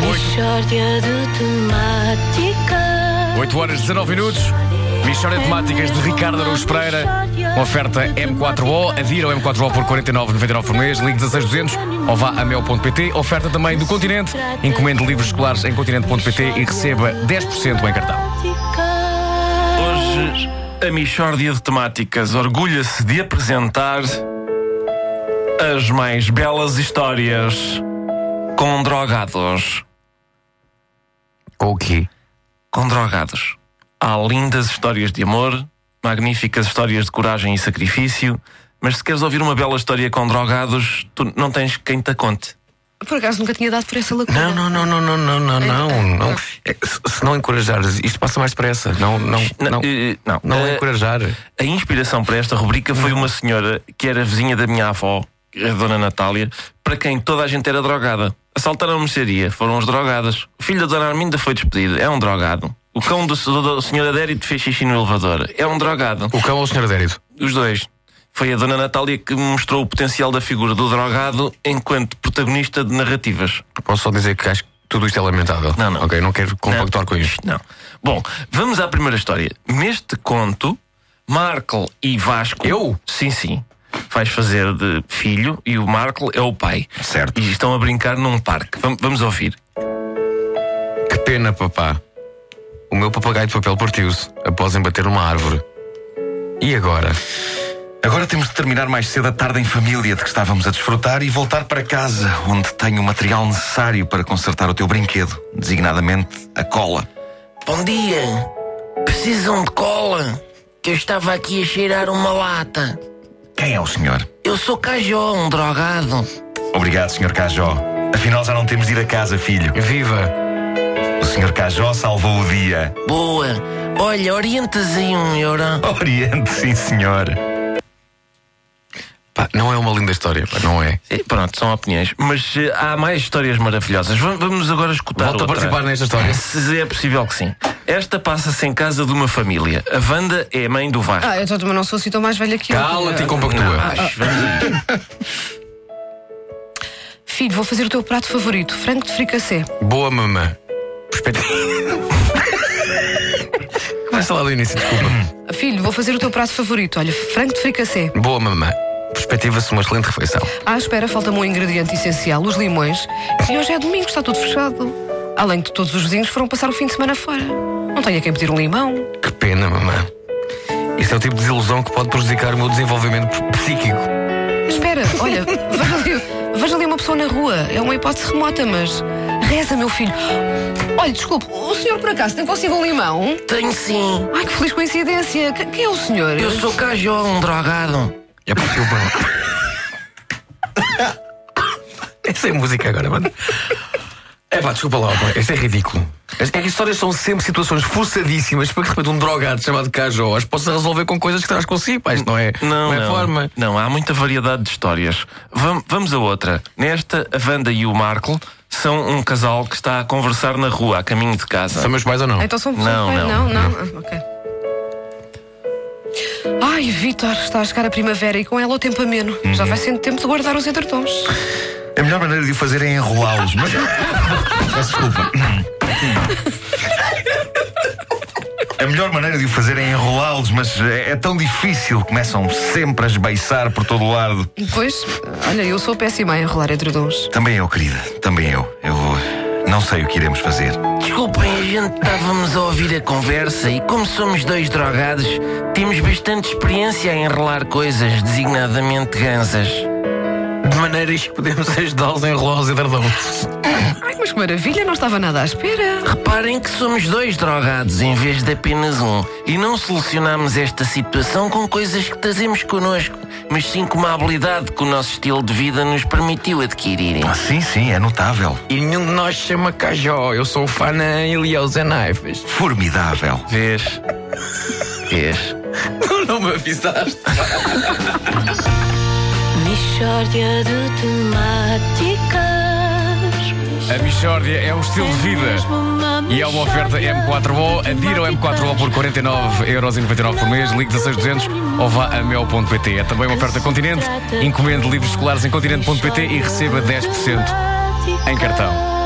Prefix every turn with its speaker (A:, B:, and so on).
A: Mistória de temáticas.
B: 8 horas 19 minutos. Mistória de Temáticas de Ricardo Araújo Pereira. Uma oferta M4O. Adira ao M4O por 49,99 por mês. Ligue 16200 ou vá a mel.pt. Oferta também do Continente. Encomende livros escolares em continente.pt e receba 10% em cartão.
C: Hoje, a Michórdia de Temáticas orgulha-se de apresentar as mais belas histórias com drogados.
B: Com o quê?
C: Com drogados. Há lindas histórias de amor, magníficas histórias de coragem e sacrifício, mas se queres ouvir uma bela história com drogados, tu não tens quem te a conte.
D: Por acaso nunca tinha dado por essa lacuna.
E: Não, não, não, não, não, não, não, não, não. É, se- Se não encorajares, isto passa mais depressa. Não, não,
C: Não,
E: não.
C: eh, não.
E: Não
C: Eh,
E: encorajar.
C: A inspiração para esta rubrica foi uma senhora que era vizinha da minha avó, a dona Natália, para quem toda a gente era drogada. Assaltaram a mercearia, foram os drogadas. O filho da dona Arminda foi despedido, é um drogado. O cão do, do, do senhor Adérito fez xixi no elevador, é um drogado.
E: O cão ou o senhor Adérito?
C: Os dois. Foi a dona Natália que mostrou o potencial da figura do drogado enquanto protagonista de narrativas.
E: Posso só dizer que acho que tudo isto é lamentável.
C: Não, não.
E: Ok, não quero compactuar com isto.
C: Não. Bom, vamos à primeira história. Neste conto, Markle e Vasco.
E: Eu?
C: Sim, sim. Vais fazer de filho e o Markle é o pai.
E: Certo.
C: E estão a brincar num parque. Vam- vamos ouvir.
E: Que pena, papá. O meu papagaio de papel partiu-se após embater uma árvore. E agora?
F: Agora temos de terminar mais cedo a tarde em família de que estávamos a desfrutar e voltar para casa, onde tenho o material necessário para consertar o teu brinquedo, designadamente a cola.
C: Bom dia. Precisam de cola? Que eu estava aqui a cheirar uma lata.
F: Quem é o senhor?
C: Eu sou Cajó, um drogado.
F: Obrigado, senhor Cajó. Afinal, já não temos de ir a casa, filho.
E: Viva!
F: O senhor Cajó salvou o dia.
C: Boa. Olha, orientas aí um euro.
F: Oriente, sim, senhor.
E: Pá, não é uma linda história, pá, não é?
C: Eh, Pronto, são opiniões. Mas eh, há mais histórias maravilhosas. Va- Vamos agora escutar.
E: Volta a
C: outra.
E: participar nesta história.
C: Se é possível que sim. Esta passa-se em casa de uma família. A Wanda é a mãe do Vasco.
D: Ah, eu tô- mas não sou assim tão mais velha que eu.
E: Cala-te e
C: Não,
E: compactua.
C: mas vamos a isto.
D: Filho, vou fazer o teu prato favorito, frango de fricassé.
E: Boa mamã. Começa lá do início, desculpa.
D: Filho, vou fazer o teu prato favorito, olha, frango de fricassé.
E: Boa mamã. Perspectiva-se uma excelente refeição.
D: À espera, falta-me um ingrediente essencial, os limões. E hoje é domingo, está tudo fechado. Além de todos os vizinhos foram passar o fim de semana fora. Não tenho a quem pedir um limão.
E: Que pena, mamã. Isso é o tipo de desilusão que pode prejudicar o meu desenvolvimento p- psíquico.
D: Espera, olha, veja ali, veja ali uma pessoa na rua. É uma hipótese remota, mas. Reza, meu filho. Olha, desculpe, o senhor por acaso tem consigo um limão?
C: Tenho sim.
D: Ai, que feliz coincidência. Que- Quem é o senhor?
C: Eu sou Cajó, um drogado.
E: É possível. Essa é música agora, mano. É pá, desculpa lá, pá. Isto é ridículo. É que as histórias são sempre situações forçadíssimas para que de repente um drogado chamado Cajó as possa resolver com coisas que traz consigo. Pá, isto não é,
C: Não,
E: é
C: não.
E: forma.
C: Não, há muita variedade de histórias. Vam- vamos a outra. Nesta, a Wanda e o Marco são um casal que está a conversar na rua, a caminho de casa.
E: São meus pais ou não?
D: Então são
C: Não,
D: Ai,
C: não,
D: não, Ah, ok. Ai, Vitor, está a chegar a primavera e com ela o tempo ameno. Já vai sendo tempo de guardar os entretons.
F: A melhor maneira de o fazer é enrolá-los, mas. Peço desculpa. A melhor maneira de o fazer é enrolá-los, mas é é tão difícil. Começam sempre a esbeiçar por todo o lado.
D: Pois, olha, eu sou péssima a enrolar entretons.
F: Também eu, querida. Também eu. Eu não sei o que iremos fazer.
C: Desculpem, a gente estávamos a ouvir a conversa e como somos dois drogados, temos bastante experiência a enrolar coisas, designadamente gansas.
E: De maneiras que podemos ajudá-los a enrolar os edredons.
D: Ai, mas que maravilha, não estava nada à espera.
C: Reparem que somos dois drogados em vez de apenas um e não solucionamos esta situação com coisas que trazemos connosco, mas sim com uma habilidade que o nosso estilo de vida nos permitiu adquirir.
F: Ah, sim, sim, é notável.
E: E nenhum de nós chama Cajó. Eu sou o Fana Iliosa Naifas.
F: Formidável.
C: Vês? Vês?
E: Tu não me avisaste.
A: Mistória de temáticas.
B: A Michórdia é um estilo de vida. E é uma oferta M4O. Adira ao M4O por 49,99€ por mês. Ligue 16200 ou vá a mel.pt. É também uma oferta Continente. Encomende livros escolares em continente.pt e receba 10% em cartão.